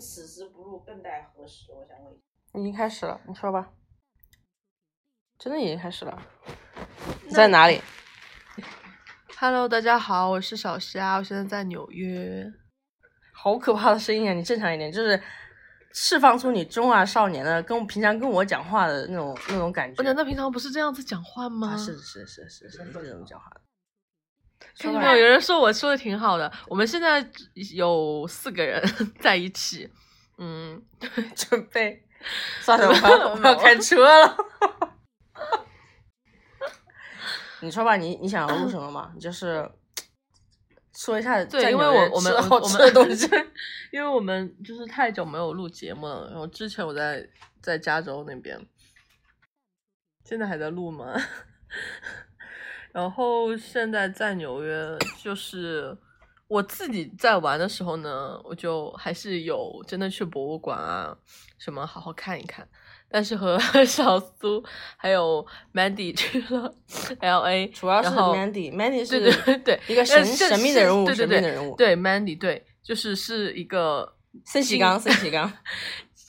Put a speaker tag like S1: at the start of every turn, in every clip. S1: 此时不入，更待何时？我想问一下，
S2: 已经开始了，你说吧。真的已经开始了，你在哪里？
S3: Hello，大家好，我是小虾，我现在在纽约。
S2: 好可怕的声音啊！你正常一点，就是释放出你中二少年的跟平常跟我讲话的那种那种感觉。
S3: 我哦难道平常不是这样子讲话吗？
S2: 啊，是是是是是这种讲话的。
S3: 看
S2: 说吧
S3: 见没有？有人说我说的挺好的。我们现在有四个人 在一起，嗯，
S2: 准 备，算了，我要我要开车了。 你说吧，你你想要录什么嘛？你就是说一下在纽约吃的，
S3: 对因为我我们
S2: 好
S3: 我
S2: 吃
S3: 们
S2: 的 东西。
S3: 因为我们就是太久没有录节目了。然后之前我在在加州那边，现在还在录吗？ 然后现在在纽约，就是我自己在玩的时候呢，我就还是有真的去博物馆啊什么好好看一看。但是和 小苏还有 Mandy 去了 L A，
S2: 主要是
S3: 然后
S2: Mandy，Mandy
S3: 对对
S2: 是
S3: 对
S2: 一个
S3: 呃
S2: 神
S3: 是
S2: 神秘的人物，
S3: 是
S2: 神
S3: 对
S2: 秘
S3: 对
S2: 的
S3: 对
S2: 人物。
S3: 对 Mandy 对，就是是一个
S2: 森喜刚，森喜刚，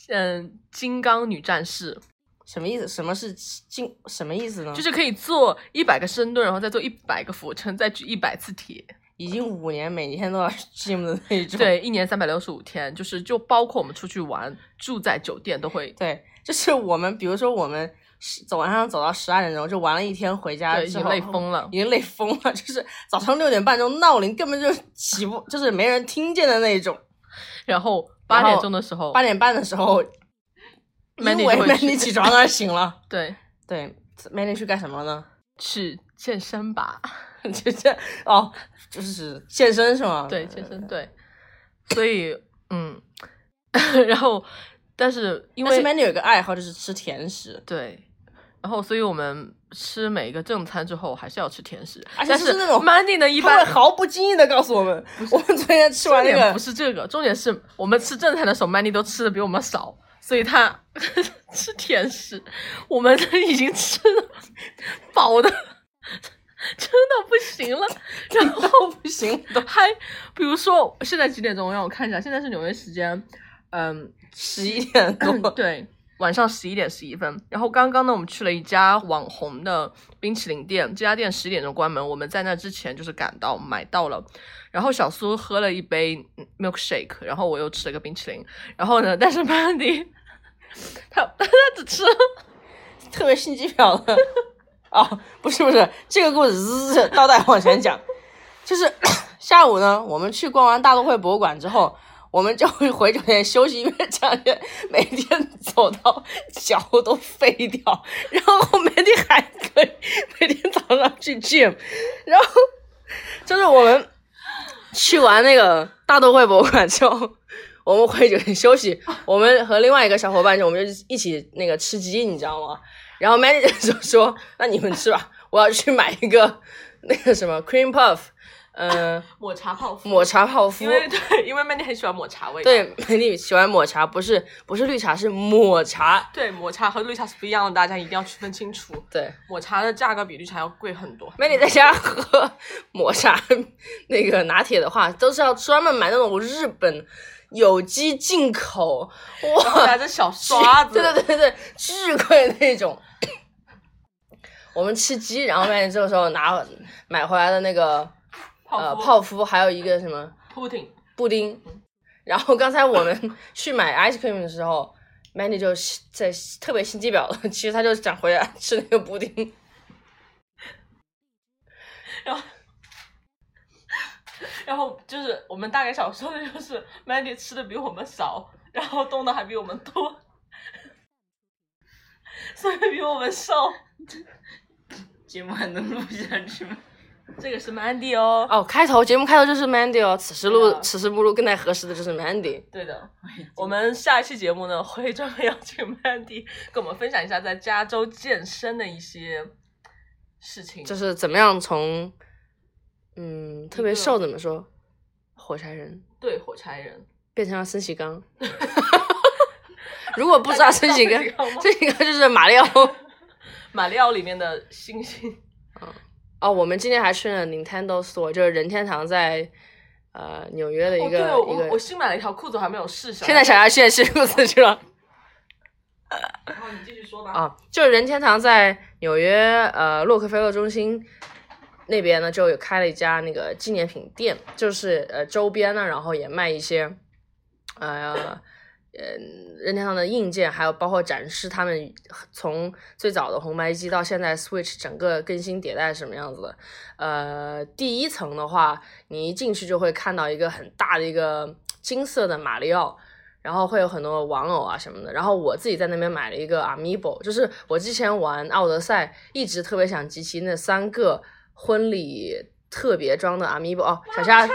S3: 嗯，金刚女战士
S2: 嗯什么意思？什么是金？什么意思呢？
S3: 就是可以做一百个深蹲，然后再做一百个俯卧撑，再举一百 次铁。
S2: 已经五年每天都要 gym 的那种。
S3: 对，一年三百六十五天，就是就包括我们出去玩、住在酒店都会。
S2: 对，就是我们，比如说我们是走晚上走到十二点钟，就玩了一天，回家
S3: 对，
S2: 啊
S3: 已
S2: 之
S3: 经
S2: 后嗯
S3: 累疯了。
S2: 已经累疯了，就是早上六点半钟闹铃根本就起不，就是没人听见的那种。
S3: 然后八点钟的时候
S2: 八，点半的时候，因
S3: Mandy
S2: 为
S3: 就会去
S2: Mandy 起床那醒了。
S3: 对，
S2: 对，Mandy 去干什么了呢？
S3: 去健身吧。
S2: 啊 就这哦，就是健身是吗？
S3: 对，健身对。所以，嗯， 然后，但是因
S2: 但是
S3: 为
S2: Mandy 有个爱好就是吃甜食，
S3: 对，然后所以我们吃每一个正餐之后还是要吃甜食，
S2: 而且
S3: 但
S2: 是
S3: 是
S2: 那种
S3: Mandy 呢一
S2: 他
S3: 般
S2: 会毫不经意的告诉我们，我们昨天吃完那
S3: 重点不
S2: 个，
S3: 是这个，重点是我们吃正餐的时候，Mandy 都吃的比我们少，所以他 吃甜食，我们都已经吃的饱的 真的不 行了，然后
S2: 不行，
S3: 还比如说现在几点钟？让我看一下，现在是纽约时间，嗯，
S2: 十一点多，
S3: 对，晚上十一点十一分。然后刚刚呢，我们去了一家网红的冰淇淋店，这家店十点钟关门，我们在那之前就是赶到买到了。然后小苏喝了一杯嗯 milkshake，然后我又吃了个冰淇淋。然后呢，但是班迪 他他只吃了
S2: 特别心机婊的。 哦，不是不是，这个故事滋倒带往前讲，就是 下午呢，我们去逛完大都会博物馆之后，我们就会回酒店休息，因为这两天每天走到脚都废掉， 然后每天还可以每天早上去 gym，然后 就是我们去完那个大都会博物馆之后。我们回酒店休息，我们和另外一个小伙伴就我们就一起那个吃鸡，你知道吗？然后 manager 就说：“那你们吃吧，我要去买一个那个什么 cream puff，嗯、呃，
S3: 抹茶泡芙，
S2: 抹茶泡芙
S3: 因。为对，因为曼迪很喜欢抹茶味道。
S2: 对，你喜欢抹茶，不是不是绿茶，是抹茶。
S3: 对，抹茶和绿茶是不一样的，大家一定要区分清楚。
S2: 对
S3: 抹茶的价格比绿茶要贵很 多。
S2: 美女在家喝抹茶那个拿铁的话，都是要专门买那种日本有机进口，
S3: 然后
S2: 哇，
S3: 拿着小刷子，
S2: 对对对对，巨贵那种。我们吃鸡，然后卖这个时候拿买回来的那个呃
S3: 泡芙
S2: 泡芙，还有一个什么
S3: pudding，
S2: 布丁。
S3: 嗯
S2: 然后刚才我们去买 ice cream 的时候，Mandy 就在特别心机婊了，其实他就想回来吃那个布丁。
S3: 然后就是我们大概想说的就是 Mandy 吃的比我们少，然后动的还比我们多，所以比我们瘦。
S1: 节目还能录下去吗？
S3: 这个是 Mandy 哦，
S2: 哦，开头节目开头就是 Mandy 哦，此时录、
S3: 对啊
S2: 此时不录，更待何时的就是 Mandy。
S3: 对的。
S1: 哎
S3: 我们下一期节目呢，会专门邀请 Mandy 跟我们分享一下在加州健身的一些事情。
S2: 就是怎么样从，嗯，特别
S3: 一个
S2: 瘦怎么说，火柴人
S3: 对火柴人，
S2: 变成了森喜刚。 如果不知道森 喜刚
S3: 大家知道森喜刚，吗
S2: 森喜刚就是马里奥。
S3: 马里奥里面的星星。
S2: 哦，我们今天还去了 Nintendo Store，就是任天堂在呃纽约的一个、
S3: 哦、
S2: 一
S3: 对，我
S2: 个
S3: 我。新买了一条裤子，我还没有试。
S2: 现在小
S3: 鸭，
S2: 鸭去试裤子去了
S3: 然后你继续说 吧。
S2: 啊！就是任天堂在纽约呃洛克菲勒中心那边呢，就有开了一家那个纪念品店，就是呃周边呢，然后也卖一些呃。嗯，任天堂的硬件，还有包括展示他们从最早的红白机到现在 Switch 整个更新迭代是什么样子的。呃，第一层的话，你一进去就会看到一个很大的一个金色的马里奥，然后会有很多玩偶啊什么的。然后我自己在那边买了一个 Amiibo，就是我之前玩《奥德赛》一直特别想集齐那三个婚礼特别装的 Amiibo 哦，小夏。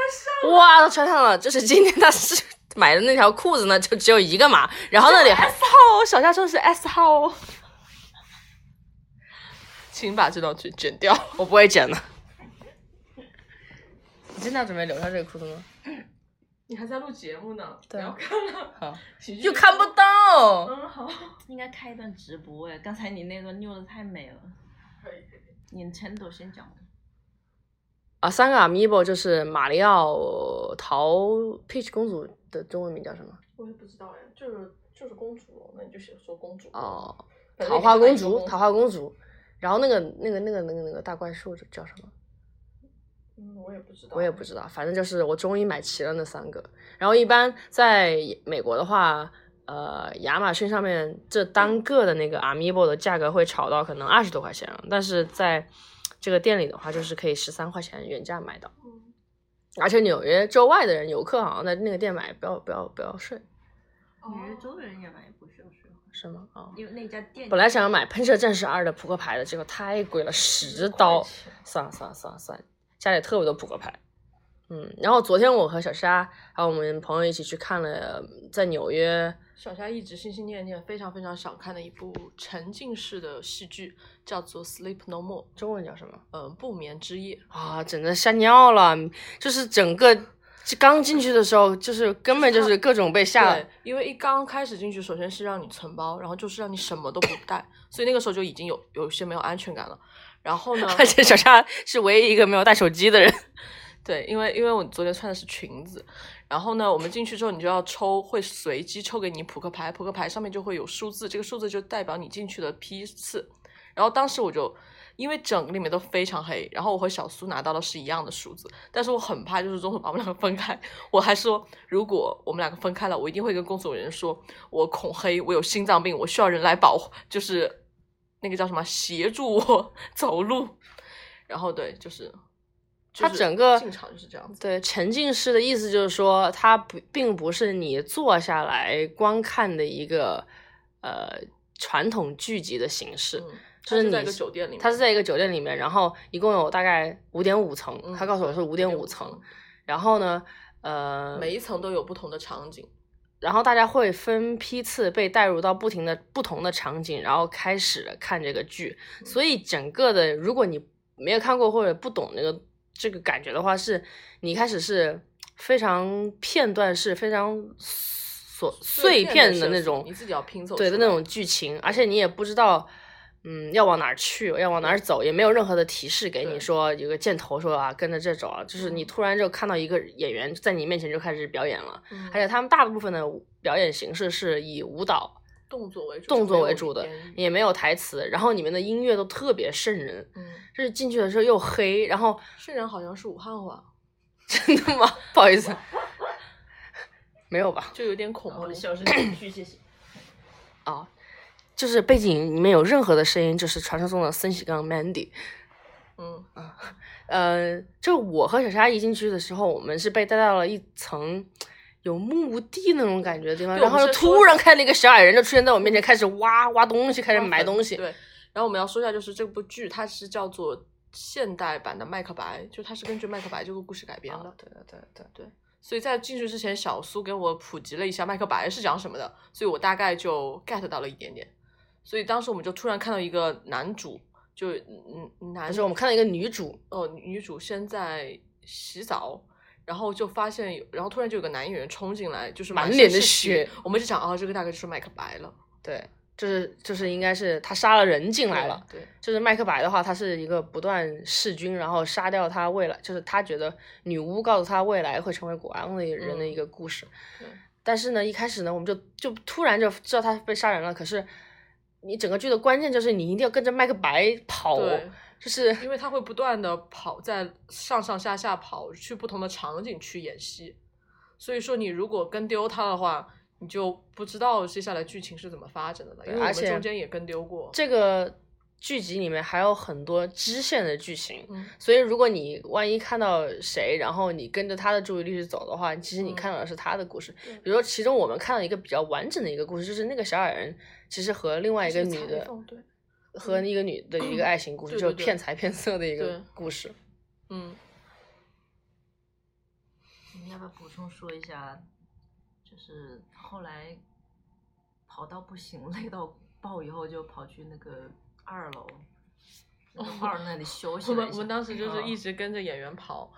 S2: 哇，都穿上了。就是今天他是买的那条裤子呢，就只有一个码，然后那里还
S3: S 号哦，小夏真的是 S 号 哦。请把这段卷卷掉。
S2: 我不会剪的。你真的要准备留下这个裤子吗？
S3: 你还在录节目呢，不
S2: 对
S3: 要看了，
S2: 好，
S3: 请继续
S2: 又看不。到。
S3: 嗯，好。
S1: 应该开一段直播哎，刚才你那段溜的太美了。你 Nintendo 先讲吧。
S2: 啊，三个 amiibo 就是马里奥、桃 Peach 公主的中文名叫什么？
S3: 我也不知道哎，就是就是公主，哦那你就写说公主。
S2: 哦，
S3: 反正
S2: 桃
S3: 你
S2: 花
S3: 就买
S2: 公
S3: 一个
S2: 主，桃花公主。然后那个那个那个那个那个大怪兽叫什么？
S3: 嗯，我也不知道，
S2: 我也不知道，反正就是我终于买齐了那三个。然后一般在美国的话，呃，亚马逊上面这单个的那个 Amiibo 的价格会炒到可能二十多块钱，但是在这个店里的话，就是可以十三块钱原价买到。
S3: 嗯
S2: 而且纽约州外的人游客好像在那个店买不要不要不要税，
S3: 哦
S1: 纽
S2: 嗯
S1: 约州的人也买也不需要税，
S2: 是吗？啊、
S1: 因为那家店
S2: 本来想要买《喷射战士二》的扑克牌的，结果太贵了，十刀。算了算了算了算了，家里特别多扑克牌。嗯，然后昨天我和小沙还有我们朋友一起去看了在纽约，
S3: 小夏一直心心念念非常非常想看的一部沉浸式的戏剧，叫做《Sleep No More》，
S2: 中文叫什么
S3: 呃，不眠之夜。
S2: 啊？整的吓尿了，就是整个就刚进去的时候，就是根本就是各种被吓。，
S3: 对，因为一刚开始进去，首先是让你存包，然后就是让你什么都不带，所以那个时候就已经有有一些没有安全感了。然后呢
S2: 而且小沙是唯一一个没有带手机的人。
S3: 对，因为因为我昨天穿的是裙子，然后呢，我们进去之后，你就要抽，会随机抽给你扑克牌，扑克牌上面就会有数字，这个数字就代表你进去的批次。然后当时我就，因为整个里面都非常黑，然后我和小苏拿到的是一样的数字，但是我很怕就是中途把我们两个分开，我还说如果我们两个分开了，我一定会跟工作人员说，我恐黑，我有心脏病，我需要人来保护，就是那个叫什么协助我 走路。然后对，就是。就
S2: 他
S3: 是
S2: 整个
S3: 进场就是这样子，
S2: 对，沉浸式的意思就是说，它不并不是你坐下来观看的一个呃传统剧集的形式。
S3: 嗯，
S2: 就
S3: 就是是在
S2: 你
S3: 一个酒店里面，
S2: 它是在一个酒店里面，然后一共有大概五点五层，
S3: 嗯
S2: 他告诉我是五点五层。，然后呢，呃，
S3: 每一层都有不同的场景，
S2: 然后大家会分批次被带入到不停的不同的场景，然后开始看这个剧。所以整个的，如果你没有看过或者不懂这个这个感觉的话，是你一开始是非常片段式、非常琐碎片的
S3: 设
S2: 那
S3: 计
S2: 种
S3: 你自己要拼凑
S2: 对
S3: 出
S2: 的
S3: 来
S2: 那种剧情，而且你也不知道，嗯，要往哪儿去，要往哪儿走，也没有任何的提示给你
S3: 对嗯
S2: 说有个箭头说啊跟着这走啊，就是你突然就看到一个演员在你面前就开始表演了，
S3: 嗯
S2: 而且他们大部分的表演形式是以舞蹈、
S3: 动作为主，
S2: 动
S3: 就
S2: 作
S3: 没
S2: 为
S3: 有
S2: 主的
S3: 言语，
S2: 也没有台词，然后里面的音乐都特别瘆人，
S3: 嗯，
S2: 就是进去的时候又黑，然后
S3: 圣人好像是武汉话，
S2: 真的吗？ 不好意思，没有吧？
S3: 就有点恐
S1: 我
S3: 怖
S1: 的，哦笑 声继续，谢谢。
S2: 啊，就是背景里面有任何的声音，就是传说中的森喜刚 Mandy。
S3: 嗯，
S2: 呃，就我和小沙一进去的时候，我们是被带到了一层有墓地那种感觉的地方，
S3: 对
S2: 然
S3: 我
S2: 后
S3: 们
S2: 就是突
S3: 说
S2: 然开了一个小矮人就出现在我面前，开始挖挖东西，开始
S3: 挖
S2: 埋
S3: 坟
S2: 东西。
S3: 对。然后我们要说一下，就是这部剧它是叫做现代版的《麦克白》，就它是根据《麦克白》这个故事改编
S2: 啊
S3: 的。
S2: 对对对对，
S3: 所以在进去之前，小苏给我普及了一下《麦克白》是讲什么的，所以我大概就 get 到了一点点。所以当时我们就突然看到一个男主，就嗯嗯男
S2: 就是我们看到一个女主，
S3: 呃女主先在洗澡，然后就发现有，然后突然就有个男演员冲进来，就是
S2: 满
S3: 身
S2: 脸的
S3: 是
S2: 血，
S3: 哦我们就想啊，这个大概就是麦克白了。
S2: 对，就是就是应该是他杀了人进来了。
S3: 对，对
S2: 就是麦克白的话，他是一个不断弑君，然后杀掉他未来，就是他觉得女巫告诉他未来会成为国王的人的一个故事。
S3: 嗯对
S2: 但是呢，一开始呢，我们就就突然就知道他被杀人了。可是你整个剧的关键就是你一定要跟着麦克白跑，
S3: 对
S2: 就是
S3: 因为他会不断的跑，在上上下下跑，去不同的场景去演戏。所以说，你如果跟丢他的话，你就不知道接下来剧情是怎么发展的了。因为我
S2: 而
S3: 们
S2: 且
S3: 中间也跟丢过。
S2: 这个剧集里面还有很多支线的剧情。
S3: 嗯，
S2: 所以，如果你万一看到谁，然后你跟着他的注意力去走的话，其实你
S3: 嗯
S2: 看到的是他的故事。
S3: 对
S2: 比如说，其中我们看到一个比较完整的一个故事，就是那个小矮人其实和另外一个女
S3: 是
S2: 的
S3: 裁缝对，
S2: 和一个女的一个爱情故事，
S3: 对对
S2: 就是
S3: 对
S2: 骗财骗色的 一
S3: 对
S2: 个故事。
S3: 嗯，
S1: 你们要不要补充说一下？就是后来跑到不行，累到爆以后，就跑去那个二楼那个画儿那里休息
S3: 我
S1: 了
S3: 们
S1: 一下。
S3: 我们当时就是一
S1: 嗯
S3: 直跟着演员跑，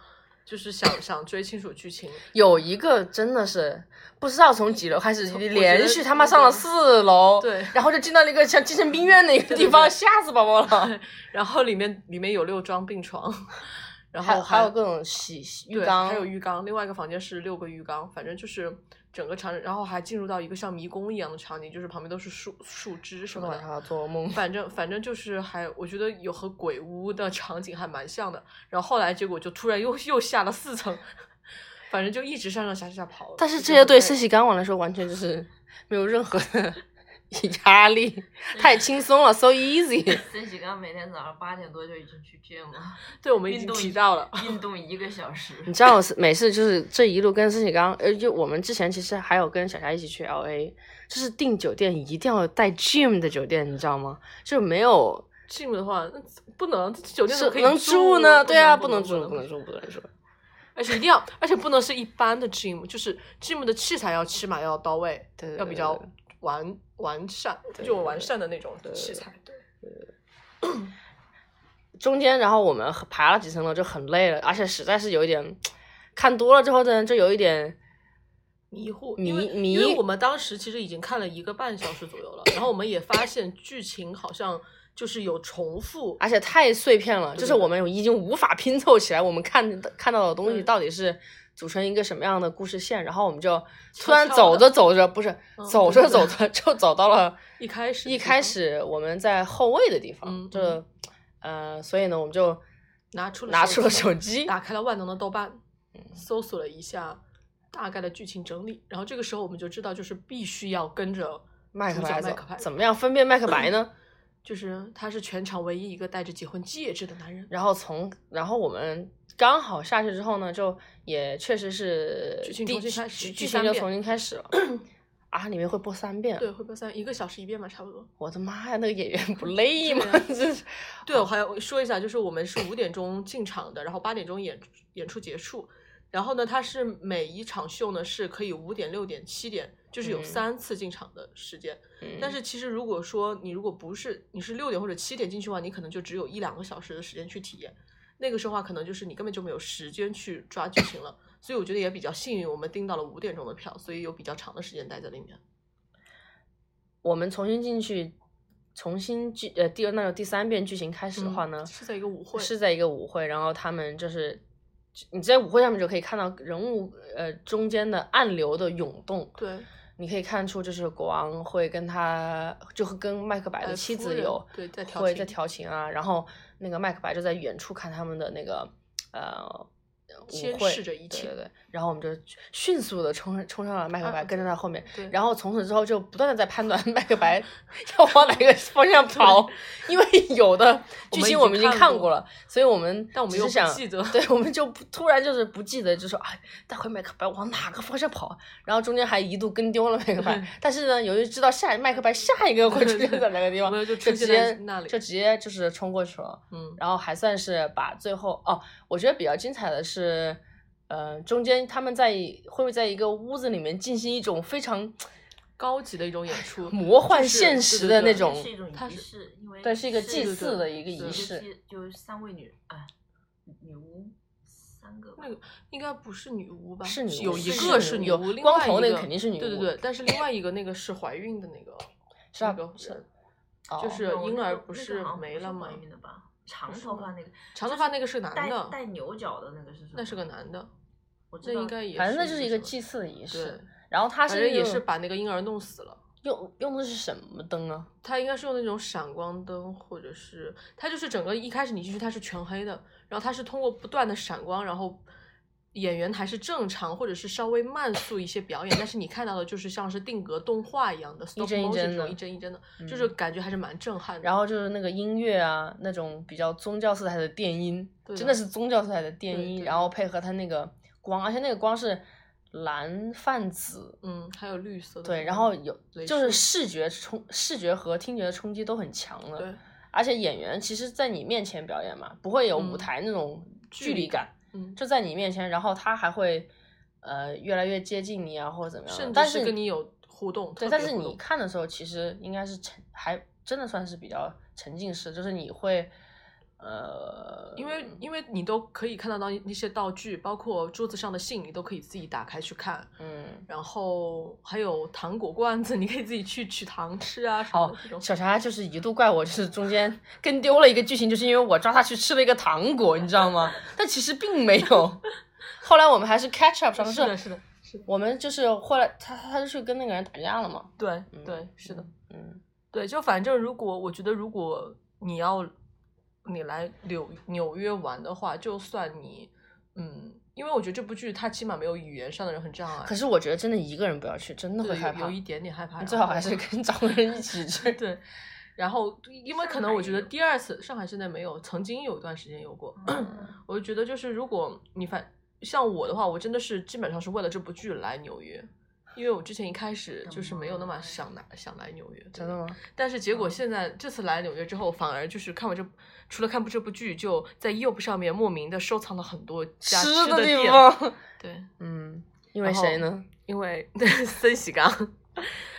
S3: 就是想 想追清楚剧情。
S2: 有一个真的是不知道从几楼开始，
S3: 从我觉得
S2: 连续他妈上了四楼，
S3: 对
S2: 然后就进到了一个像精神病院的一个地方，
S3: 对对对
S2: 吓死宝宝了。
S3: 然后里面里面有六张病床， 然
S2: 还
S3: 后
S2: 有还有各种洗浴
S3: 对
S2: 缸
S3: 还，有浴缸，另外一个房间是六个浴缸，反正就是整个场景，然后还进入到一个像迷宫一样的场景，就是旁边都是树树枝什
S2: 说
S3: 么
S2: 晚上
S3: 的。
S2: 要做梦。
S3: 反正反正就是还，我觉得有和鬼屋的场景还蛮像的。然后后来结果就突然又又下了四层，反正就一直上上下下跑。
S2: 但是
S3: 就
S2: 这些
S3: 很
S2: 对
S3: 累
S2: 森喜干王来说完全就是没有任何的 压力，太轻松了，so easy。
S1: 森喜刚每天早上八点多就已经去 gym 了，
S3: 对我们已
S1: 运
S3: 经
S1: 动
S3: 提
S1: 一
S3: 到了，
S1: 运动一个小时。
S2: 你知道，我是每次就是这一路跟森喜刚，呃，就我们之前其实还有跟小霞一起去 L A，就是订酒店一定要带 gym 的酒店，你知道吗？就没有
S3: gym 的话，那不能酒店
S2: 是
S3: 怎么可以
S2: 能
S3: 住
S2: 呢？对啊，
S3: 不
S2: 能
S3: 住，
S2: 住，不能住，不能住。
S3: 而且一定要，而且不能是一般的 gym，就是 gym 的器材要起码要到位，
S2: 对对对
S3: 要比较完完善，
S2: 对
S3: 就完善的那种器材。对
S2: 中间，然后我们爬了几层楼就很累了，而且实在是有一点看多了之后呢，就有一点
S3: 迷糊，
S2: 迷
S3: 因为
S2: 迷
S3: 因为我们当时其实已经看了一个半小时左右了，然后我们也发现剧情好像就是有重复，
S2: 而且太碎片了，
S3: 对
S2: 就是
S3: 对
S2: 我们已经无法拼凑起来，我们看 看到的东西
S3: 对
S2: 到底是组成一个什么样的故事线，然后我们就突
S3: 悄
S2: 然
S3: 悄
S2: 走着
S3: 地
S2: 走着，不是、
S3: 嗯
S2: 走
S3: 对
S2: 着走着
S3: 对
S2: 就走到了
S3: 一开始
S2: 一
S3: 的
S2: 开
S3: 地方
S2: 始我们在后卫的地方，
S3: 嗯
S2: 这呃，所以呢，我们就
S3: 拿出了
S2: 拿出了手
S3: 手
S2: 机，嗯
S3: 打开了万能的豆瓣，搜索了一下大概的剧情整理，然后这个时候我们就知道，就是必须要跟着
S2: 麦克
S3: 主角
S2: 白
S3: 麦
S2: 走
S3: 克白，
S2: 怎么样分辨麦克白呢？
S3: 就是他是全场唯一一个戴着结婚戒指的男人。
S2: 然后从然后我们刚好下去之后呢，就也确实是
S3: 剧情
S2: 第
S3: 重新开始
S2: 剧
S3: 第
S2: 剧情
S3: 三
S2: 就
S3: 遍
S2: 重新开始 了啊，里面会播三遍，
S3: 对，会播三一个小时一遍吧，差不多。
S2: 我的妈呀，那个演员 不累吗？
S3: 对啊
S2: 真是
S3: 对，我还要说一下，就是我们是五点钟进场的，然后八点钟演演出结束。然后呢，它是每一场秀呢是可以五点、六点、七点，就是有
S2: 嗯
S3: 三次进场的时间。
S2: 嗯
S3: 但是其实如果说你如果不是你是六点或者七点进去的话，你可能就只有一两个小时的时间去体验。那个时候的话，可能就是你根本就没有时间去抓剧情了。所以我觉得也比较幸运，我们订到了五点钟的票，所以有比较长的时间待在里面。
S2: 嗯我们重新进去，重新剧呃第那个第三遍剧情开始的话呢，
S3: 是在一个嗯舞会，
S2: 是在一个舞会，然后他们就是你在舞会上面就可以看到人物呃中间的暗流的涌动，
S3: 对，
S2: 你可以看出就是国王会跟他就会跟麦克白的
S3: 呃
S2: 妻
S3: 夫
S2: 子
S3: 人
S2: 有
S3: 对在调
S2: 会在
S3: 情
S2: 调情啊，然后那个麦克白就在远处看他们的那个呃。舞
S3: 监
S2: 会
S3: 视着一切
S2: 对对对，然后我们就迅速的冲冲上了麦克白，
S3: 啊
S2: 跟着他后面，
S3: 对，
S2: 然后从此之后就不断的在判断麦克 白要往哪个方向跑，因为有的
S3: 我
S2: 剧
S3: 们已
S2: 情
S3: 经
S2: 我们已经
S3: 看
S2: 看
S3: 过
S2: 过了，所以我们
S3: 但我们
S2: 只是
S3: 又不
S2: 想
S3: 记得
S2: 对，我们就不突然就是不记得，就说哎，待会麦克白往哪个方向跑，然后中间还一度跟丢了麦克白
S3: 对，
S2: 但是呢，由于知道下麦克白下一个会出现在哪个地方
S3: 我，们就嗯出
S2: 就直
S3: 现在
S2: 接
S3: 那里
S2: 就直接就是冲过去了。
S3: 嗯，
S2: 然后还算是把最后哦，我觉得比较精彩的是，呃，中间他们在会在一个屋子里面进行一种非常
S3: 高级的一种演
S2: 哎
S3: 出，
S2: 魔幻
S3: 就是
S2: 现
S3: 对
S2: 实
S3: 对
S2: 的
S3: 对
S2: 那种
S1: 是一种
S3: 它
S1: 仪
S3: 是
S1: 式，因为
S2: 对是一个祭
S3: 对
S2: 祀的一个
S3: 是
S2: 仪式，
S1: 祭就是三位女啊女巫三个吧
S3: 那个应该不是女巫吧？
S2: 是女巫
S3: 有一
S1: 是
S3: 个
S1: 女
S3: 是
S1: 巫
S3: 女
S2: 有
S3: 巫，另
S2: 光
S3: 外
S2: 头
S3: 一
S2: 那个肯定是女
S3: 对对
S2: 巫
S3: 对，但是另外一个那个是怀孕的那个，
S2: 是啊
S3: 那个
S2: 是
S3: 啊
S2: 哦
S3: 就是
S1: 有
S3: 婴
S1: 那
S3: 儿
S1: 个
S3: 不
S1: 那个
S3: 是
S1: 好像
S3: 没
S1: 不
S3: 了吗
S1: 黄？奕的吧？长
S3: 是
S1: 头
S3: 吗
S1: 发那个，
S3: 长头
S1: 就
S3: 发
S1: 是
S3: 那个是男
S1: 带
S3: 的
S1: 带牛角的那个是什么？
S3: 那是个男的，
S1: 我知
S3: 那
S1: 道
S3: 应该也
S2: 反正那就是
S3: 是
S2: 一个
S3: 什么
S2: 祭祀的仪
S3: 对
S2: 式。，然后他
S3: 反正
S2: 是
S3: 也
S2: 用
S3: 是把那个婴儿弄死了。
S2: 用用的是什么灯啊？
S3: 他应该是用那种闪光灯，或者是他就是整个一开始你进去它是全黑的，然后它是通过不断的闪光，然后演员还是正常或者是稍微慢速一些表演，但是你看到的就是像是定格动画一样的 stop
S2: 帧一
S3: motion
S2: 帧
S3: 这种
S2: 的嗯
S3: 一帧一帧的，就是感觉还是蛮震撼的。
S2: 然后就是那个音乐啊，那种比较宗教色彩的电音，
S3: 对
S2: 真
S3: 的
S2: 的是宗教色彩的电
S3: 对
S2: 音，
S3: 对
S2: 然后配合它那个光，而且那个光是蓝泛紫，
S3: 嗯，还有绿色的那
S2: 对，
S3: 个
S2: 然后有
S3: 镭
S2: 就是
S3: 射
S2: 视觉冲、视觉和听觉的冲击都很强的，
S3: 对，
S2: 而且演员其实，在你面前表演嘛，不会有舞
S3: 嗯
S2: 台那种距离感，
S3: 嗯，
S2: 就在你面前，然后他还会呃越来越接近你啊，或者怎么样的，
S3: 甚
S2: 但
S3: 至是跟你有互动，
S2: 对，
S3: 特
S2: 但
S3: 别
S2: 是
S3: 互
S2: 你
S3: 动
S2: 看的时候，其实应该是沉，还真的算是比较沉浸式，就是你会，呃，
S3: 因为因为你都可以看得到那那些道具，包括桌子上的信，你都可以自己打开去看。
S2: 嗯，
S3: 然后还有糖果罐子，你可以自己去取糖吃啊什么
S2: 哦
S3: 的这种。
S2: 小霞就是一度怪我，就是中 间跟丢了一个剧情，就是因为我抓她去吃了一个糖果，你知道吗？但其实并没有。 后来我们还是 catch up 上，
S3: 是的，是的，是的，
S2: 我们就是后来他他就去跟那个人打架了嘛，
S3: 对
S2: 嗯
S3: 对是的，，
S2: 嗯，
S3: 对就反正如果我觉得如果你要你来纽纽约玩的话，就算你嗯，因为我觉得这部剧它起码没有语言上的人很障碍，
S2: 可是我觉得真的一个人不要去，真的会
S3: 对
S2: 害
S3: 有
S2: 怕
S3: 有，一点点害怕，
S2: 你最
S3: 然
S2: 好
S3: 后
S2: 还 是跟找个人一起去。
S3: 对，然后因为
S1: 上
S3: 可能我
S1: 海
S3: 觉
S1: 也
S3: 得
S1: 有
S3: 第二次上海现在没有，曾经有一段时间有过。
S1: 嗯
S3: 我就觉得就是如果你反像我的话，我真的是基本上是为了这部剧来纽约，因为我之前一开始就是没有那么想来想来纽约，
S2: 真的？吗？
S3: 但是结果现在这次来纽约之后，反而就是看我这除了看部这部剧，就在 Yelp 上面莫名的收藏了很多家
S2: 吃
S3: 的
S2: 地
S3: 店，
S2: 方，
S3: 对，
S2: 嗯，因为
S3: 然后
S2: 谁呢？
S3: 因为 森喜刚，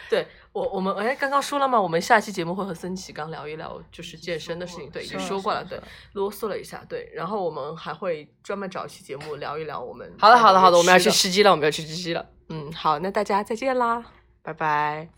S3: 对我我们哎刚刚说了嘛，我们下期节目会和森喜刚聊一聊就是
S1: 已经
S3: 健
S1: 说
S3: 身的
S1: 过
S3: 事情，
S1: 了
S3: 对，已
S1: 是
S3: 经
S1: 的
S3: 说过
S1: 是
S3: 了，
S1: 的
S3: 对，啰嗦了一下，对，然后我们还会专门找一期节目聊一聊我们
S2: 好的，
S3: 在
S2: 好的，
S3: 纽约
S2: 好的，我们要
S3: 吃
S2: 去吃鸡了，我们要去吃鸡了，
S3: 嗯，好，那大家再见啦。
S2: 拜拜。